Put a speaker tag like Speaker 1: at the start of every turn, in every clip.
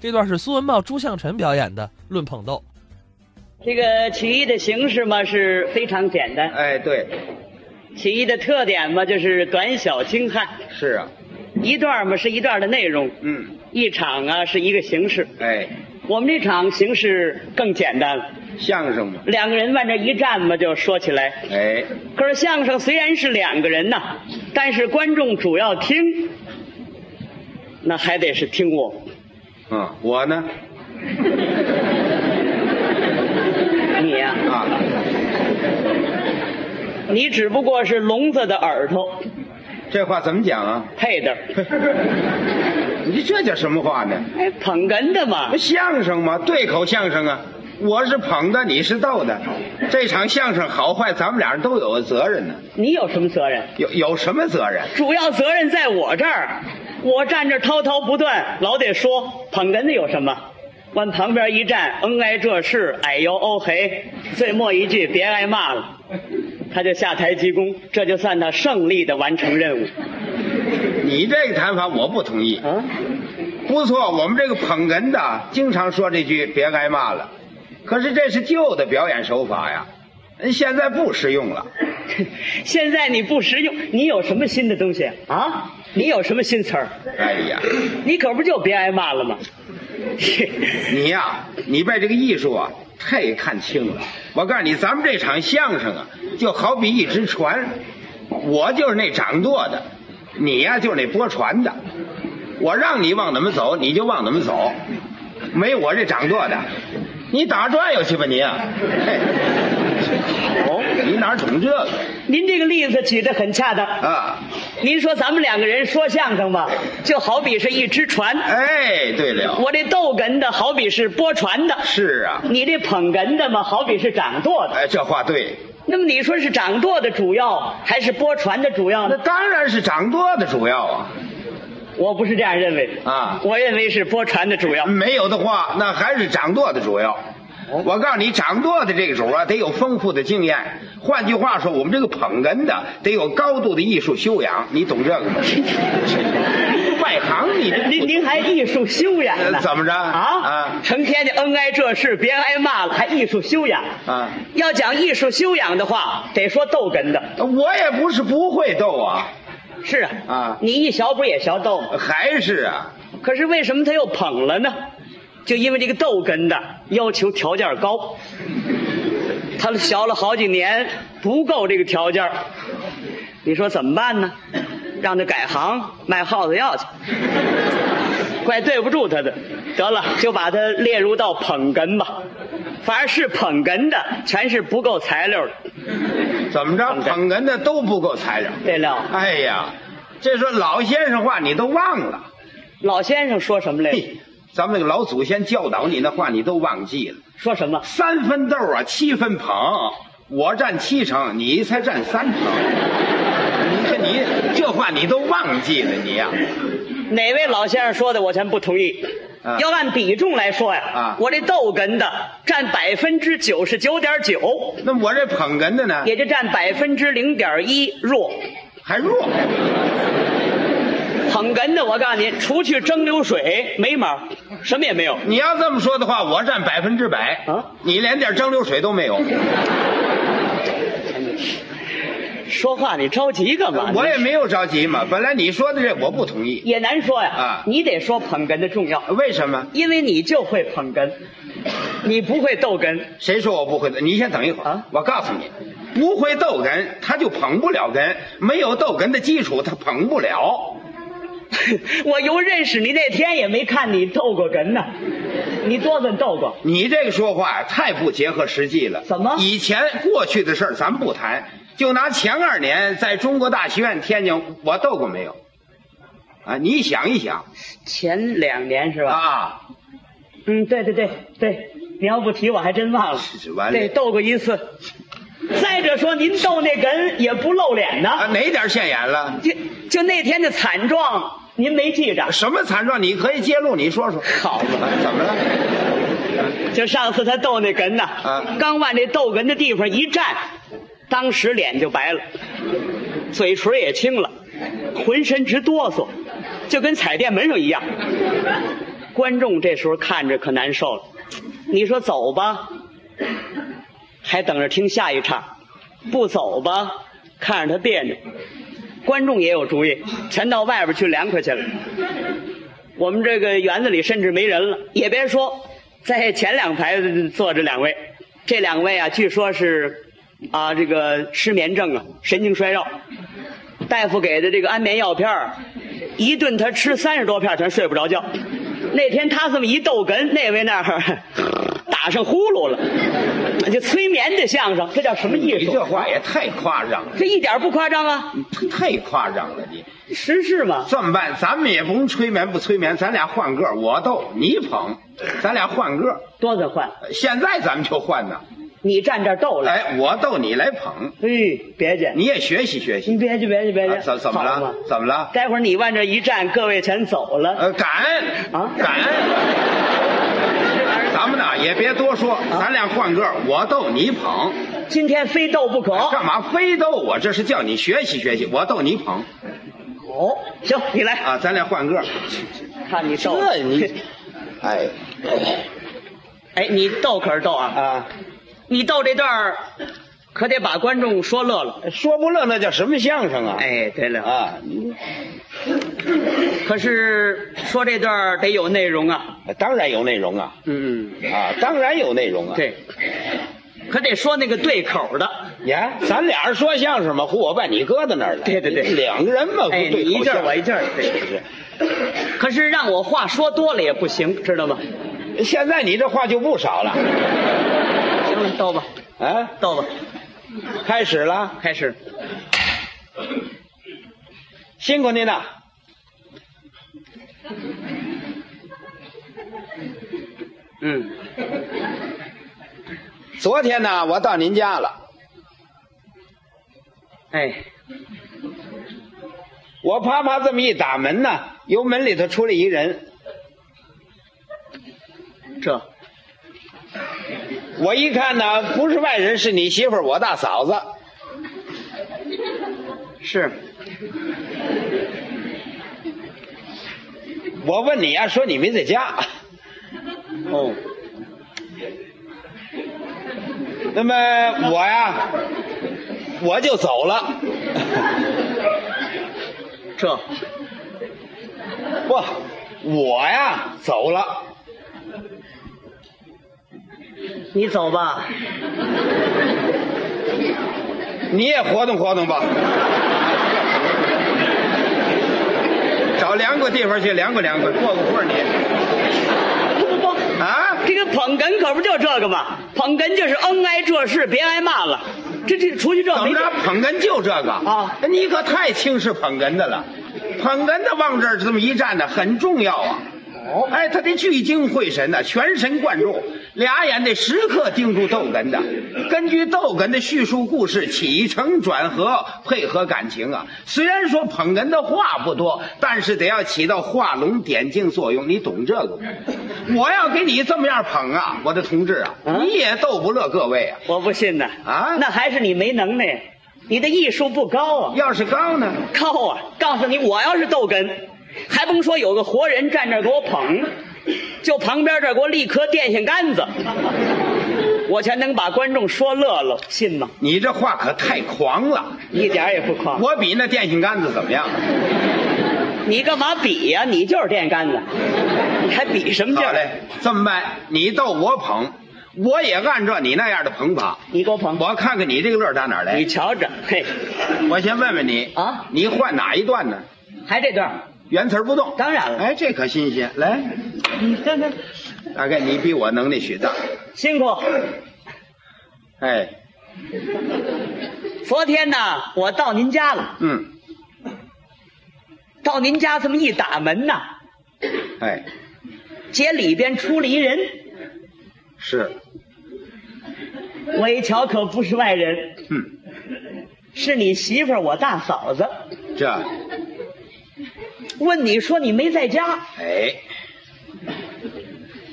Speaker 1: 这段是苏文茂、朱向臣表演的《论捧逗
Speaker 2: 这个曲艺的形式嘛是非常简单，
Speaker 3: 哎，对，
Speaker 2: 曲艺的特点嘛就是短小精悍，
Speaker 3: 是啊，
Speaker 2: 一段嘛是一段的内容，
Speaker 3: 嗯，
Speaker 2: 一场啊是一个形式。
Speaker 3: 哎，
Speaker 2: 我们这场形式更简单了，
Speaker 3: 相声嘛，
Speaker 2: 两个人往这一站嘛就说起来。
Speaker 3: 哎，
Speaker 2: 可是相声虽然是两个人呐，但是观众主要听，那还得是听我。
Speaker 3: 嗯，我呢，
Speaker 2: 你呀、
Speaker 3: 啊，
Speaker 2: 你只不过是聋子的耳朵
Speaker 3: 这话怎么讲啊？
Speaker 2: 配的，
Speaker 3: 你这叫什么话呢？
Speaker 2: 哎，捧哏的嘛
Speaker 3: 不。相声吗？对口相声啊，我是捧的，你是逗的，这场相声好坏，咱们俩人都有责任呢、
Speaker 2: 你有什么责任？
Speaker 3: 有有什么责任？
Speaker 2: 主要责任在我这儿，我站这儿滔滔不断，老得说捧哏的有什么？往旁边一站，恩爱这事，哎呦哦嘿，最末一句别挨骂了，他就下台鞠躬，这就算他胜利的完成任务。
Speaker 3: 你这个谈法我不同意。
Speaker 2: 啊，
Speaker 3: 不错，我们这个捧哏的经常说这句“别挨骂了”，可是这是旧的表演手法呀，现在不实用了
Speaker 2: 现在你不实用，你有什么新的东西？
Speaker 3: 啊！
Speaker 2: 你有什么新词儿？
Speaker 3: 哎呀，
Speaker 2: 你可不就别挨骂了吗？
Speaker 3: 你呀、你被这个艺术啊太看清了。我告诉你，咱们这场相声啊，就好比一只船，我就是那掌舵的，你呀、就是那拨船的。我让你往哪么走，你就往哪么走，没我这掌舵的，你打转悠去吧你、啊。嘿哦，你哪懂这个
Speaker 2: 您这个例子举得很恰当。
Speaker 3: 啊？
Speaker 2: 您说咱们两个人说相声吧，就好比是一只船，
Speaker 3: 哎，对了，
Speaker 2: 我这逗哏的好比是拨船的，
Speaker 3: 是啊，
Speaker 2: 你这捧哏的嘛好比是掌舵的。
Speaker 3: 哎，这话对，
Speaker 2: 那么你说是掌舵的主要还是拨船的主要
Speaker 3: 那
Speaker 2: 呢？
Speaker 3: 当然是掌舵的主要啊。
Speaker 2: 我不是这样认为的
Speaker 3: 啊嗯
Speaker 2: 我认为是拨船的主要。
Speaker 3: 没有的话，那还是掌舵的主要。我告诉你，掌舵的这个主啊，得有丰富的经验。换句话说，我们这个捧哏的得有高度的艺术修养，你懂这个 吗？外行，你这
Speaker 2: 您您还艺术修养呢？
Speaker 3: 呃怎么着
Speaker 2: 啊？
Speaker 3: 啊
Speaker 2: 成天的恩爱这事，别挨骂了，还艺术修养
Speaker 3: 啊？
Speaker 2: 要讲艺术修养的话，得说逗哏的。
Speaker 3: 我也不是不会逗啊，
Speaker 2: 是啊，
Speaker 3: 啊
Speaker 2: 你一学不也学逗吗？
Speaker 3: 还是啊，
Speaker 2: 可是为什么他又捧了呢？就因为这个逗哏的要求条件高，他学了好几年不够这个条件儿，你说怎么办呢？让他改行卖耗子药去，怪对不住他的。得了，就把他列入到捧哏吧。凡是捧哏的，全是不够材料的。
Speaker 3: 怎么着，捧哏的都不够材料。
Speaker 2: 对了，
Speaker 3: 哎呀，这说老先生话你都忘了，
Speaker 2: 老先生说什么来着？
Speaker 3: 嘿，咱们那个老祖先教导你那话你都忘记了。
Speaker 2: 说什么？
Speaker 3: 三分豆啊，七分捧，我占七成，你才占三成。你看你这话你都忘记了，你呀、
Speaker 2: 哪位老先生说的，我全不同意。
Speaker 3: 啊
Speaker 2: 要按比重来说呀，
Speaker 3: 啊
Speaker 2: 我这逗哏的占百分之九十九点九，
Speaker 3: 那我这捧哏的呢，
Speaker 2: 也就占百分之零点一弱。
Speaker 3: 还弱。
Speaker 2: 捧哏的，我告诉你，除去蒸馏水没毛，什么也没有。
Speaker 3: 你要这么说的话，我占百分之百
Speaker 2: 啊，
Speaker 3: 你连点蒸馏水都没有。
Speaker 2: 说话你着急干嘛？
Speaker 3: 我也没有着急嘛，本来你说的这我不同意，
Speaker 2: 也难说呀。
Speaker 3: 啊
Speaker 2: 你得说捧哏的重要，
Speaker 3: 为什么？
Speaker 2: 因为你就会捧哏，你不会逗哏。
Speaker 3: 谁说我不会的？你先等一会儿
Speaker 2: 啊
Speaker 3: 我告诉你，不会逗哏，他就捧不了哏，没有逗哏的基础，他捧不了。
Speaker 2: 我由认识你那天也没看你逗过哏呢，你多么逗过。
Speaker 3: 你这个说话太不结合实际了。
Speaker 2: 怎么
Speaker 3: 以前过去的事儿咱不谈，就拿前二年在中国大学院天津，我斗过没有？啊，你想一想
Speaker 2: 前两年是吧？
Speaker 3: 啊，
Speaker 2: 嗯，对对对对，你要不提我还真忘了。
Speaker 3: 是完了
Speaker 2: 对，斗过一次。再者说，您斗那哏也不露脸
Speaker 3: 啊，
Speaker 2: 呐，
Speaker 3: 哪点现眼了？
Speaker 2: 就就那天的惨状，您没记着？
Speaker 3: 什么惨状？你可以揭露，你说说。
Speaker 2: 好嘛
Speaker 3: 啊怎么了？
Speaker 2: 就上次他斗那哏呐，
Speaker 3: 啊
Speaker 2: 刚往这斗哏的地方一站，当时脸就白了，嘴唇也青了，浑身直哆嗦，就跟踩电门上一样。观众这时候看着可难受了。你说走吧，还等着听下一场；不走吧，看着他别扭。观众也有主意，全到外边去凉快去了。我们这个园子里甚至没人了，也别说在前两排坐着两位，这两位啊，据说是啊这个失眠症啊，神经衰弱，大夫给的这个安眠药片儿一顿他吃三十多片儿全睡不着觉。那天他这么一逗哏，那位那儿 打上呼噜了，就催眠的相声，这叫什么艺
Speaker 3: 你
Speaker 2: 术
Speaker 3: 这？话也太夸张了，
Speaker 2: 这一点儿不夸张啊，
Speaker 3: 太夸张了你。
Speaker 2: 实事嘛。
Speaker 3: 这么办，咱们也甭催眠不催眠，咱俩换个，我逗你捧，咱俩换个。
Speaker 2: 多得换，
Speaker 3: 现在咱们就换呢，
Speaker 2: 你站这儿逗来，
Speaker 3: 哎，我逗你来捧，
Speaker 2: 哎，别介，
Speaker 3: 你也学习学习。
Speaker 2: 你别介，别介，别
Speaker 3: 啊
Speaker 2: 介，
Speaker 3: 怎怎么
Speaker 2: 好
Speaker 3: 了
Speaker 2: 嘛？
Speaker 3: 怎么了？
Speaker 2: 待会儿你往这一站，各位全走了，
Speaker 3: 呃，感恩
Speaker 2: 啊
Speaker 3: 感恩。咱们呢也别多
Speaker 2: 啊
Speaker 3: 说，咱俩换个，我逗你捧，
Speaker 2: 今天非逗不可。
Speaker 3: 干嘛非逗我？这是叫你学习学习，我逗你捧
Speaker 2: 哦，行，你来，
Speaker 3: 啊，咱俩换个。
Speaker 2: 看你逗。
Speaker 3: 这你，哎
Speaker 2: 哎，你逗可是逗啊，
Speaker 3: 啊，
Speaker 2: 你逗这段儿可得把观众说乐了。
Speaker 3: 说不乐那叫什么相声啊？
Speaker 2: 哎，对了，
Speaker 3: 啊，
Speaker 2: 可是说这段儿得有内容啊。
Speaker 3: 当然有内容啊，
Speaker 2: 嗯，
Speaker 3: 啊，当然有内容啊。，
Speaker 2: 对，可得说那个对口的。
Speaker 3: 你看咱俩人说相声嘛，胡我办你搁到那儿了。
Speaker 2: 对对对
Speaker 3: 两个人嘛，
Speaker 2: 哎，
Speaker 3: 不
Speaker 2: 你
Speaker 3: 哦
Speaker 2: 一
Speaker 3: 对口
Speaker 2: 阵儿
Speaker 3: 相
Speaker 2: 我一阵儿，对。可是让我话说多了也不行，知道吗？
Speaker 3: 现在你这话就不少了
Speaker 2: 行了，逗吧，
Speaker 3: 啊！
Speaker 2: 逗吧，
Speaker 3: 开始了，
Speaker 2: 开始。
Speaker 3: 辛苦您了。
Speaker 2: 嗯，
Speaker 3: 昨天呢，我到您家了，
Speaker 2: 哎，
Speaker 3: 我啪啪这么一打门呢，由门里头出来一人，
Speaker 2: 这
Speaker 3: 我一看呢，不是外人，是你媳妇儿，我大嫂子。
Speaker 2: 是
Speaker 3: 我问你啊，说你没在家，
Speaker 2: 哦，
Speaker 3: 那么我呀，我就走了。
Speaker 2: 这
Speaker 3: 不，我呀走了，
Speaker 2: 你走吧，
Speaker 3: 你也活动活动吧，找凉快地方去凉快凉快，过过会儿你
Speaker 2: 不不不，
Speaker 3: 啊，
Speaker 2: 这个捧哏可不就这个吗？捧哏就是恩挨这事，别挨骂了。这这出去这
Speaker 3: 怎
Speaker 2: 没
Speaker 3: 么着
Speaker 2: 辙
Speaker 3: 捧哏就这个
Speaker 2: 啊？
Speaker 3: 你可太轻视捧哏的了，捧哏的往这儿这么一站呢，很重要啊。哦，哎，他得聚精会神的，全神贯注，俩眼得时刻盯住逗哏的，根据逗哏的叙述故事起承转合，配合感情啊。虽然说捧哏的话不多，但是得要起到画龙点睛作用，你懂这个吗？我要给你这么样捧啊，我的同志啊，
Speaker 2: 啊
Speaker 3: 你也逗不乐各位啊。
Speaker 2: 我不信呐
Speaker 3: 啊
Speaker 2: 那还是你没能耐，你的艺术不高啊，
Speaker 3: 要是高呢？
Speaker 2: 高啊！告诉你，我要是逗哏，还甭说有个活人站这儿给我捧，就旁边这儿给我立颗电线杆子，我全能把观众说乐了，信吗？
Speaker 3: 你这话可太狂了！
Speaker 2: 一点儿也不夸。
Speaker 3: 我比那电线杆子怎么样？
Speaker 2: 你干嘛比呀、你就是电杆 子，你还比什么劲
Speaker 3: 好
Speaker 2: 儿？
Speaker 3: 嘞，这么办，你逗我捧，我也按照你那样的捧法。
Speaker 2: 你给我捧，
Speaker 3: 我看看你这个乐儿打哪儿
Speaker 2: 你
Speaker 3: 来。
Speaker 2: 瞧着，嘿，
Speaker 3: 我先问问你
Speaker 2: 啊
Speaker 3: 你换哪一段呢？
Speaker 2: 还这段儿，
Speaker 3: 原词儿不动。
Speaker 2: 当然了
Speaker 3: 哎，这可新鲜。来，
Speaker 2: 你看看，
Speaker 3: 大概你比我能力许大。
Speaker 2: 辛苦。
Speaker 3: 哎，
Speaker 2: 昨天呐，我到您家了，
Speaker 3: 嗯，
Speaker 2: 到您家这么一打门呐，
Speaker 3: 哎，
Speaker 2: 街里边出了一人，
Speaker 3: 是，
Speaker 2: 我一瞧可不是外人，
Speaker 3: 嗯，
Speaker 2: 是你媳妇儿，我大嫂子。
Speaker 3: 这，
Speaker 2: 问你说你没在家，
Speaker 3: 哎，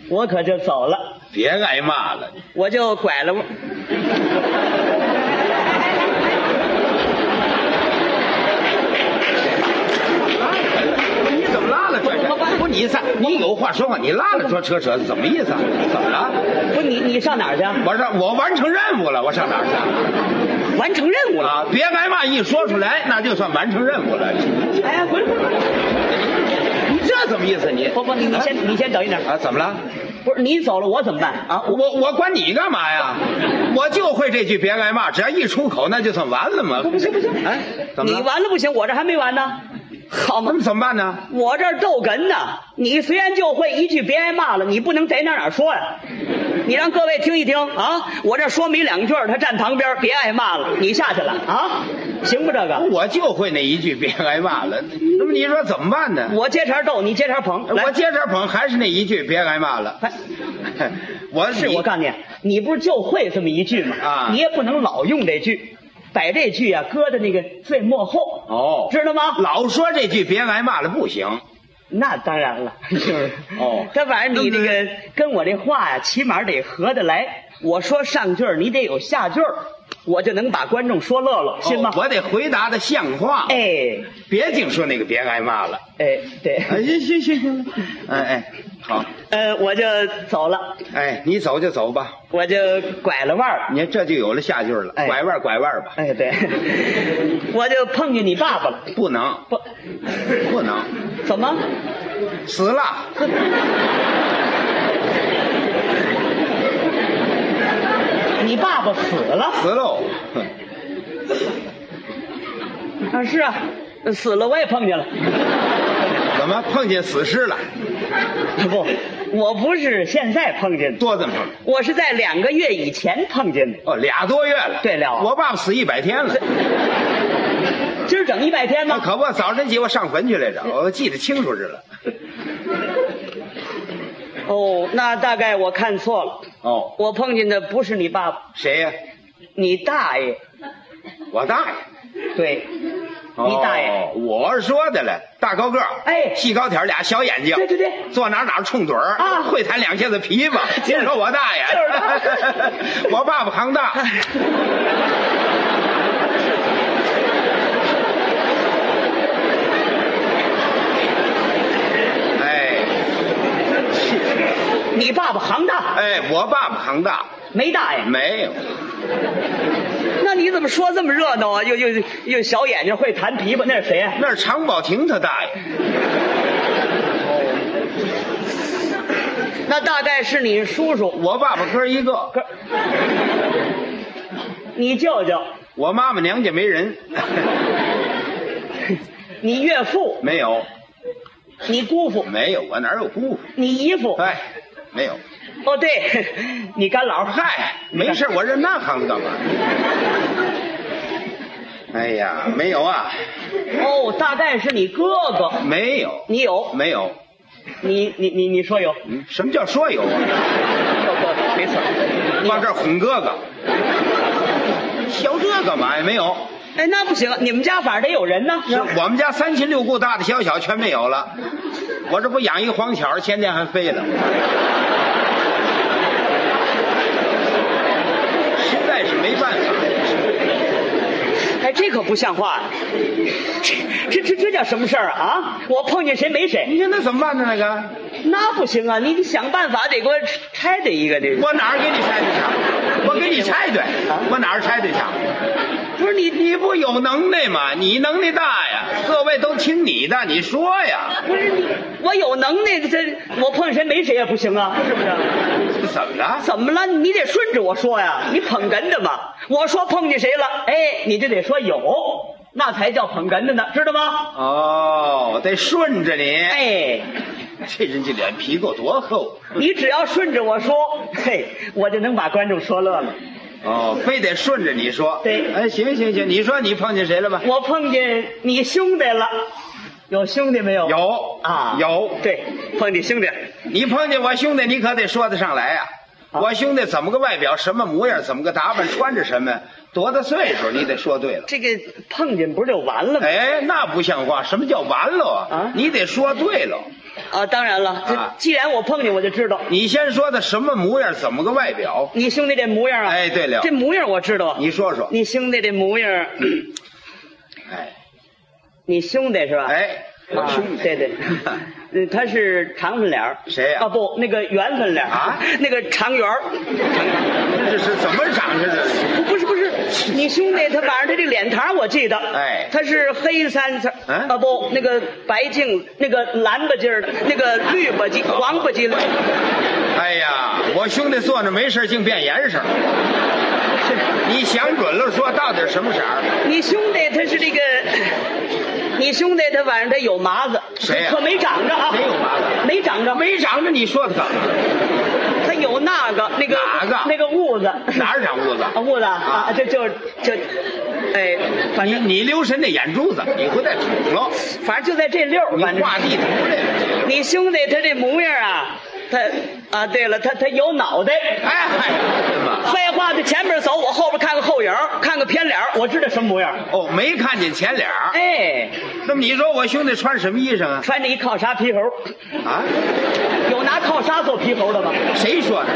Speaker 2: 我可就走了，
Speaker 3: 别挨骂了。
Speaker 2: 我就拐了弯。
Speaker 3: 你怎么拉了这
Speaker 2: 怎么办
Speaker 3: 是？不，你意思？你有话说话，你拉拉说扯扯，怎么意思？啊怎么了？
Speaker 2: 不，你你上哪儿去啊？
Speaker 3: 我上我完成任务了，我上哪儿去？
Speaker 2: 完成任务了。
Speaker 3: 啊，别挨骂，一说出来那就算完成任务了。
Speaker 2: 哎呀，滚滚滚！
Speaker 3: 你这怎么意思？你
Speaker 2: 不不，你你先你先等一等，
Speaker 3: 啊？怎么了？
Speaker 2: 不是你走了我怎么办？
Speaker 3: 啊，我我管你干嘛呀？我就会这句别挨骂，只要一出口那就算完了嘛。
Speaker 2: 不行不行，
Speaker 3: 哎，怎么
Speaker 2: 你
Speaker 3: 了？
Speaker 2: 完了不行，我这还没完呢，好
Speaker 3: 那
Speaker 2: 嘛
Speaker 3: 么，怎么办呢？
Speaker 2: 我这儿逗哏呢。你虽然就会一句别挨骂了，你不能在哪儿哪儿说呀、你让各位听一听啊，我这说没两句儿，他站旁边，别挨骂了，你下去了啊，行不这个？
Speaker 3: 我就会那一句别挨骂了。那么你说怎么办呢？
Speaker 2: 我接茬逗，你接茬捧，来
Speaker 3: 我接着捧，还是那一句别挨骂了。
Speaker 2: 哎
Speaker 3: 我
Speaker 2: 是我告诉你，你不是就会这么一句吗？
Speaker 3: 啊
Speaker 2: 你也不能老用这句，把这句啊搁在那个最幕后，
Speaker 3: 哦
Speaker 2: 知道吗？
Speaker 3: 老说这句别挨骂了不行。
Speaker 2: 那当然 了，就是
Speaker 3: 哦
Speaker 2: 这玩意儿你这个跟我这话呀，起码得合得来。我说上句儿，你得有下句儿，我就能把观众说乐了，信吗
Speaker 3: 哦？我得回答的像话，
Speaker 2: 哎
Speaker 3: 别净说那个别挨骂了。
Speaker 2: 哎，对，
Speaker 3: 哎，行行行行，哎哎，好，
Speaker 2: 呃，我就走了，
Speaker 3: 哎，你走就走吧，
Speaker 2: 我就拐了弯儿。
Speaker 3: 你看这就有了下句了，
Speaker 2: 哎
Speaker 3: 拐弯儿拐弯儿吧，
Speaker 2: 哎，对，我就碰见你爸爸了。
Speaker 3: 不能
Speaker 2: 不，
Speaker 3: 不能，
Speaker 2: 怎么？
Speaker 3: 死了，
Speaker 2: 你爸爸死了？
Speaker 3: 死喽，哼
Speaker 2: 啊，是啊，死了我也碰见了。
Speaker 3: 怎么碰见死尸了？
Speaker 2: 不，我不是现在碰见的，
Speaker 3: 多怎么？
Speaker 2: 我是在两个月以前碰见的。
Speaker 3: 哦，俩多月了，
Speaker 2: 对了
Speaker 3: 我爸爸死一百天了，
Speaker 2: 今儿整一百天
Speaker 3: 那
Speaker 2: 吗？
Speaker 3: 可不，早晨起我上坟去来着，我记得清楚着了。
Speaker 2: 哦，那大概我看错了，
Speaker 3: 哦，
Speaker 2: 我碰见的不是你爸爸，
Speaker 3: 谁呀、
Speaker 2: 你大爷。
Speaker 3: 我大爷，
Speaker 2: 对，
Speaker 3: 哦
Speaker 2: 你大爷。
Speaker 3: 我说的了，大高个儿，
Speaker 2: 哎
Speaker 3: 细高挑儿，俩小眼睛，
Speaker 2: 对对对
Speaker 3: 坐哪儿哪儿冲盹儿
Speaker 2: 啊
Speaker 3: 会弹两下子琵 琶。您说我大爷，
Speaker 2: 就是
Speaker 3: 我爸 爸行大，哎
Speaker 2: 你爸爸行大，
Speaker 3: 哎，我爸爸行大，
Speaker 2: 没大爷。
Speaker 3: 没有，
Speaker 2: 那你怎么说这么热闹啊？又又又小眼睛会弹琵琶，那是谁啊呀、
Speaker 3: 那是常宝霆他大爷，
Speaker 2: 那大概是你叔叔，
Speaker 3: 我爸爸哥一个，
Speaker 2: 你舅舅，
Speaker 3: 我妈妈娘家没人，
Speaker 2: 你岳父，
Speaker 3: 没有
Speaker 2: 你姑父，
Speaker 3: 没有，我哪有姑父？
Speaker 2: 你姨父。
Speaker 3: 哎，没有，
Speaker 2: 哦，对， 你干老汉。
Speaker 3: 嗨，没事，我认那行干嘛？哎呀，没有啊，
Speaker 2: 哦，大概是你哥哥，
Speaker 3: 没有，
Speaker 2: 你有，
Speaker 3: 没有，
Speaker 2: 你你你你说有，
Speaker 3: 嗯什么叫说有啊？
Speaker 2: 有哥哥，没错。你
Speaker 3: 往这儿哄哥哥，学这干嘛呀？没有，
Speaker 2: 哎，那不行，你们家反正得有人呢。
Speaker 3: 是我们家三亲六故大大小小全没有了。我这不养一黄巧儿，前天还飞了， 实在是没办法。
Speaker 2: 哎，这可不像话呀！这这这这叫什么事儿啊？啊，我碰见谁没谁，
Speaker 3: 你说那怎么办呢？那个，
Speaker 2: 那不行啊！你得想办法，得给我拆的一个这个。
Speaker 3: 我哪儿给你拆对去？我给你拆对
Speaker 2: 啊，
Speaker 3: 我哪儿拆对去？
Speaker 2: 不是你你
Speaker 3: 你不有能耐吗？你能耐大呀，各位都听你的，你说呀，
Speaker 2: 不是你，我有能耐，这我碰见谁没谁也不行啊，是不是？
Speaker 3: 怎么了？
Speaker 2: 怎么了？你得顺着我说呀，你捧哏的嘛。我说碰见谁了，哎，你就得说有，那才叫捧哏的呢，知道吗？
Speaker 3: 哦，得顺着你。
Speaker 2: 哎，
Speaker 3: 这人这脸皮够多厚
Speaker 2: 你只要顺着我说，嘿，我就能把观众说乐了。
Speaker 3: 哦，非得顺着你说。
Speaker 2: 对
Speaker 3: 哎，行行行，你说你碰见谁了吧？
Speaker 2: 我碰见你兄弟了，有兄弟没有？
Speaker 3: 有
Speaker 2: 啊，
Speaker 3: 有。
Speaker 2: 对，碰见兄弟，
Speaker 3: 你碰见我兄弟，你可得说得上来呀、
Speaker 2: 啊
Speaker 3: 我兄弟怎么个外表，什么模样，怎么个打扮，穿着什么，多大岁数，你得说对了。
Speaker 2: 这个碰见不就完 了吗？
Speaker 3: 哎，那不像话！什么叫完了
Speaker 2: 啊
Speaker 3: 你得说对了。
Speaker 2: 啊，当然了，
Speaker 3: 啊
Speaker 2: 这既然我碰见，我就知道
Speaker 3: 你先说的什么模样，怎么个外表？
Speaker 2: 你兄弟这模样啊。
Speaker 3: 哎，对了
Speaker 2: 这，模样我知道啊。
Speaker 3: 你说说。
Speaker 2: 你兄弟这模样，
Speaker 3: 哎
Speaker 2: 你兄弟是吧？
Speaker 3: 哎，
Speaker 2: 我
Speaker 3: 啊
Speaker 2: 兄弟，对 对，嗯，他是长粉脸儿
Speaker 3: 谁呀
Speaker 2: 啊，不，那个圆粉脸儿
Speaker 3: 啊
Speaker 2: 那个长圆儿
Speaker 3: 这是怎么长的？这是
Speaker 2: 不不是不是，你兄弟他晚上他这脸膛我记得，
Speaker 3: 哎
Speaker 2: 他是黑三色，
Speaker 3: 啊
Speaker 2: 啊不，那个白净，那个蓝吧唧儿的，那个绿吧唧，
Speaker 3: 哦
Speaker 2: 黄吧唧的，
Speaker 3: 哎呀，我兄弟坐那没事儿净变颜色 儿。你想准了说到底是什么色儿？
Speaker 2: 你兄弟他是这个，你兄弟他晚上他有麻子，
Speaker 3: 谁呀
Speaker 2: 可没长着啊，
Speaker 3: 谁有麻子
Speaker 2: 没长着，
Speaker 3: 没长着，你说怎么？
Speaker 2: 他有那个那个
Speaker 3: 哪个
Speaker 2: 那个痦子，
Speaker 3: 哪儿长痦子？
Speaker 2: 啊痦子啊
Speaker 3: 啊，
Speaker 2: 这就就，哎，反
Speaker 3: 你
Speaker 2: 正
Speaker 3: 你留神那眼珠子，你回再捅了，
Speaker 2: 反正就在这溜儿，
Speaker 3: 你
Speaker 2: 反正
Speaker 3: 画地图来了。
Speaker 2: 你兄弟他这模样啊，他啊，对了，他他有脑袋。
Speaker 3: 哎，对吧？
Speaker 2: 废话，他前面走，我后边看看后影儿，看看偏脸儿，我知道什么模样。
Speaker 3: 哦，没看见前脸儿。
Speaker 2: 哎，
Speaker 3: 那么你说我兄弟穿什么衣裳啊？
Speaker 2: 穿着一靠纱皮猴，
Speaker 3: 啊？
Speaker 2: 有拿靠纱做皮猴的吗？
Speaker 3: 谁说的？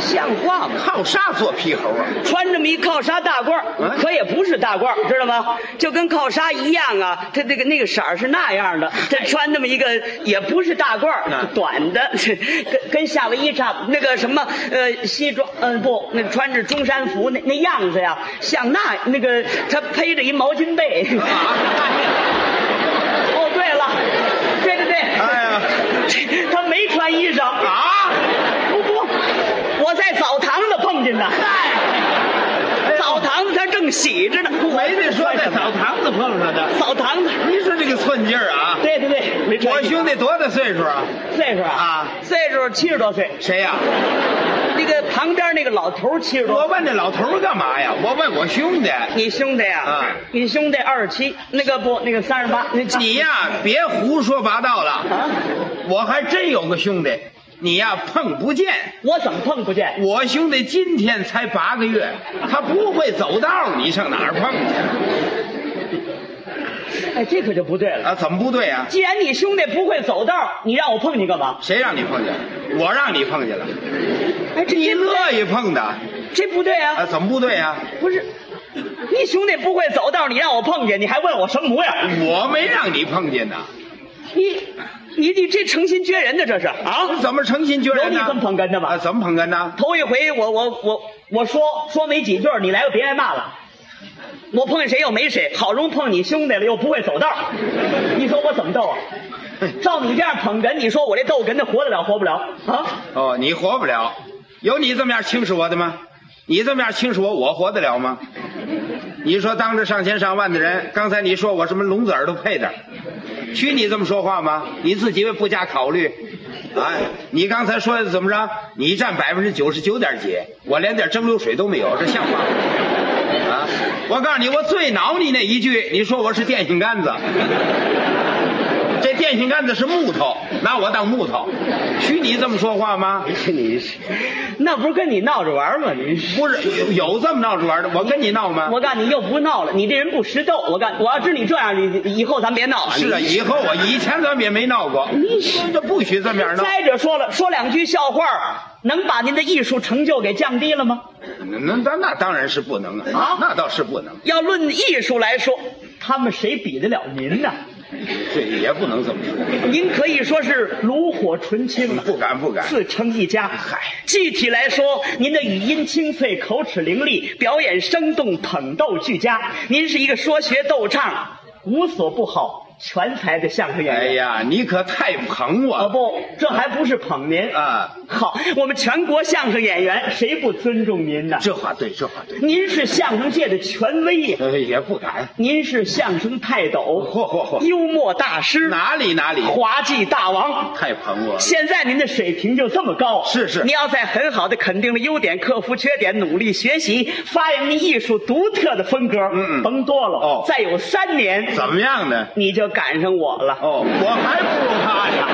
Speaker 2: 像话吗？
Speaker 3: 靠啥做皮猴啊？
Speaker 2: 穿这么一靠纱大褂儿，
Speaker 3: 嗯
Speaker 2: 可也不是大褂儿，知道吗？就跟靠纱一样啊，他那个那个色儿是那样的。他穿那么一个也不是大褂儿
Speaker 3: 嗯，
Speaker 2: 短的， 跟跟夏威夷差不那个什么呃西装，嗯、不，那穿着中山服那那样子呀，像那那个他披着一毛巾被。哦，对了，对对对，
Speaker 3: 哎呀，
Speaker 2: 他没穿衣裳啊。
Speaker 3: 啊！
Speaker 2: 不不，我在澡堂子碰见的。
Speaker 3: 哎
Speaker 2: 澡堂子他正洗着呢。
Speaker 3: 没得说，在澡堂子碰上的。
Speaker 2: 澡堂子，
Speaker 3: 你说这个寸劲儿啊！
Speaker 2: 对对对，没
Speaker 3: 我
Speaker 2: 穿衣服
Speaker 3: 兄弟多大岁数啊？
Speaker 2: 岁数啊
Speaker 3: 啊，
Speaker 2: 岁数七十多岁。
Speaker 3: 谁呀、
Speaker 2: 那个旁边那个老头七十
Speaker 3: 我
Speaker 2: 多。
Speaker 3: 问这老头儿干嘛呀？我问我兄弟。
Speaker 2: 你兄弟啊
Speaker 3: 啊，
Speaker 2: 你兄弟二十七，那个不，那个三十八，那
Speaker 3: 你呀，别胡说八道了。
Speaker 2: 啊，
Speaker 3: 我还真有个兄弟，你呀碰不见。
Speaker 2: 我怎么碰不见？
Speaker 3: 我兄弟今天才八个月，他不会走道，你上哪儿碰
Speaker 2: 哎，这可就不对
Speaker 3: 去
Speaker 2: 了。
Speaker 3: 啊？怎么不对啊？
Speaker 2: 既然你兄弟不会走道，你让我碰你干嘛？
Speaker 3: 谁让你碰见？我让你碰见了，
Speaker 2: 哎，这
Speaker 3: 你
Speaker 2: 这不对
Speaker 3: 乐意碰的啊？
Speaker 2: 这不对啊！
Speaker 3: 怎么不对啊？
Speaker 2: 不是，你兄弟不会走道，你让我碰见，你还问我什么模样？
Speaker 3: 我没让你碰见呢，
Speaker 2: 你，你你这诚心撅人的这是啊？
Speaker 3: 怎么成心撅
Speaker 2: 有
Speaker 3: 人呢？
Speaker 2: 你这么捧哏的吗
Speaker 3: 啊，怎么捧哏呢？
Speaker 2: 头一回我我我我说说没几句，你来个别挨骂了。我碰见谁又没谁，好容易碰你兄弟了，又不会走道，你说我怎么逗啊？照你这样捧哏，你说我这逗哏的活得了活不了啊？
Speaker 3: 哦，你活不了，有你这么样轻视我的吗？你这么样轻视我，我活得了吗？你说当着上千上万的人，刚才你说我什么聋子耳朵配的，许你这么说话吗？你自己为不加考虑，啊，你刚才说的怎么着？你占百分之九十九点几，我连点蒸馏水都没有，这像话吗？啊，我告诉你，我最恼你那一句，你说我是电线杆子。这电线杆子是木头，拿我当木头，许你这么说话吗？
Speaker 2: 你那不是跟你闹着玩吗？你
Speaker 3: 不是有有这么闹着玩的，我跟你闹吗？
Speaker 2: 我告诉你，又不闹了，你这人不识逗。我告诉你，我要知你这样，你你以后咱别闹了。
Speaker 3: 是啊，以后我以前咱们也没闹过，这不许这么样闹。
Speaker 2: 再者说了，说两句笑话，能把您的艺术成就给降低了吗？
Speaker 3: 那那那当然是不能啊，
Speaker 2: 啊
Speaker 3: 那倒是不能，
Speaker 2: 要论艺术来说，他们谁比得了您呢？
Speaker 3: 这也不能这么说，
Speaker 2: 您可以说是炉火纯青了，
Speaker 3: 不敢不敢。
Speaker 2: 自成一家。
Speaker 3: 嗨
Speaker 2: 具体来说，您的语音清脆，口齿伶俐，表演生动，捧逗俱佳。您是一个说学逗唱无所不好、全才的相声演员。
Speaker 3: 哎呀，你可太捧我
Speaker 2: 啊
Speaker 3: 了
Speaker 2: 不，这还不是捧您！
Speaker 3: 啊！
Speaker 2: 好，我们全国相声演员谁不尊重您呢？
Speaker 3: 这话对，这话对，
Speaker 2: 您是相声界的权威呀，
Speaker 3: 呃，也不敢。
Speaker 2: 您是相声泰斗、
Speaker 3: 嚯嚯嚯，
Speaker 2: 幽默大师、
Speaker 3: 哪里哪里，
Speaker 2: 滑稽大王。
Speaker 3: 太捧我了。
Speaker 2: 现在您的水平就这么高，
Speaker 3: 是是
Speaker 2: 您要在很好的肯定了优点，克服缺点，努力学习，发扬您艺术独特的风格，
Speaker 3: 嗯嗯
Speaker 2: 甭多了。
Speaker 3: 哦
Speaker 2: 再有三年，
Speaker 3: 怎么样呢？
Speaker 2: 你就赶上我了。
Speaker 3: 哦，我还不如他呢。